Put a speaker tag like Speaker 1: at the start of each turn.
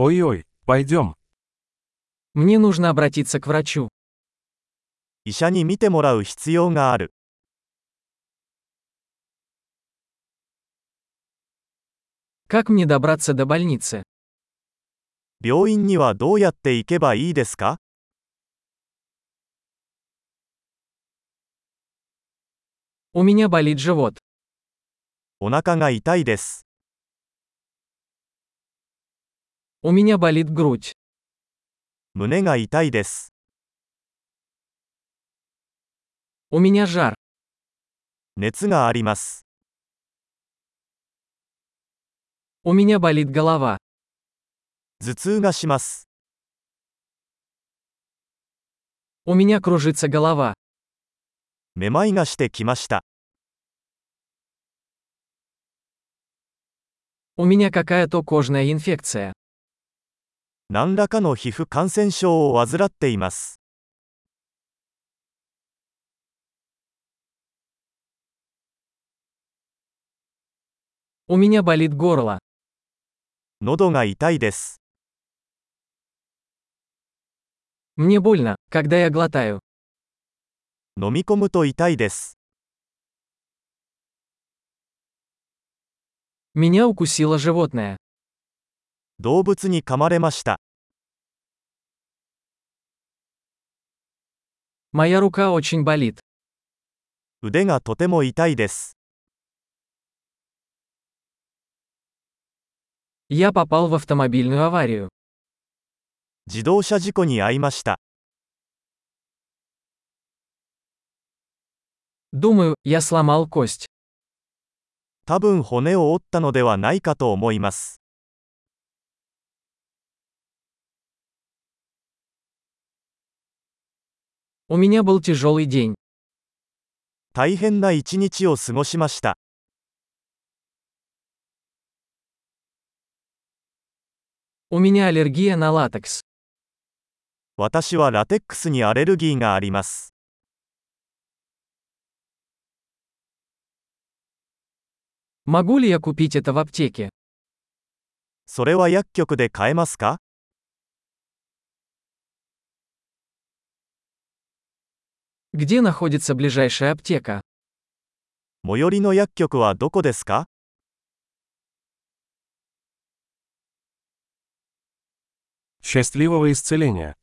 Speaker 1: Ой-ой, пойдем.
Speaker 2: Мне нужно обратиться к врачу.
Speaker 3: 医者に診てもらう必要がある
Speaker 2: Как мне добраться до больницы?
Speaker 3: 病院にはどうやって行けばいいですか
Speaker 2: У меня болит живот.
Speaker 3: お腹が痛いです
Speaker 2: У меня болит грудь.
Speaker 3: 胸が痛いです
Speaker 2: У меня жар.
Speaker 3: 熱があります
Speaker 2: У меня болит голова.
Speaker 3: 頭痛がします
Speaker 2: У меня кружится голова.
Speaker 3: めまいがしてきました
Speaker 2: У меня какая-то кожная инфекция.
Speaker 3: 何らかの皮膚感染症を患っています
Speaker 2: У меня болит горло.
Speaker 3: 喉が痛いです
Speaker 2: Мне больно, когда я глотаю.
Speaker 3: 飲み込むと痛いです
Speaker 2: Меня укусило животное.
Speaker 3: 動物に噛まれました
Speaker 2: Моя рука очень болит.
Speaker 3: 腕がとても痛いです
Speaker 2: Я попал в автомобильную аварию.
Speaker 3: 自動車事故に遭いました
Speaker 2: Думаю, я сломал кость.
Speaker 3: 多分骨を折ったのではないかと思います
Speaker 2: У меня был тяжелый день.
Speaker 3: 大変な一日を過ごしました
Speaker 2: У меня аллергия на латекс.
Speaker 3: 私はラテックスにアレルギーがあります
Speaker 2: Могу ли я купить это в аптеке?
Speaker 3: それは薬局で買えますか
Speaker 2: Где находится ближайшая аптека?
Speaker 3: 最寄りの薬局はどこですか
Speaker 1: Счастливого исцеления!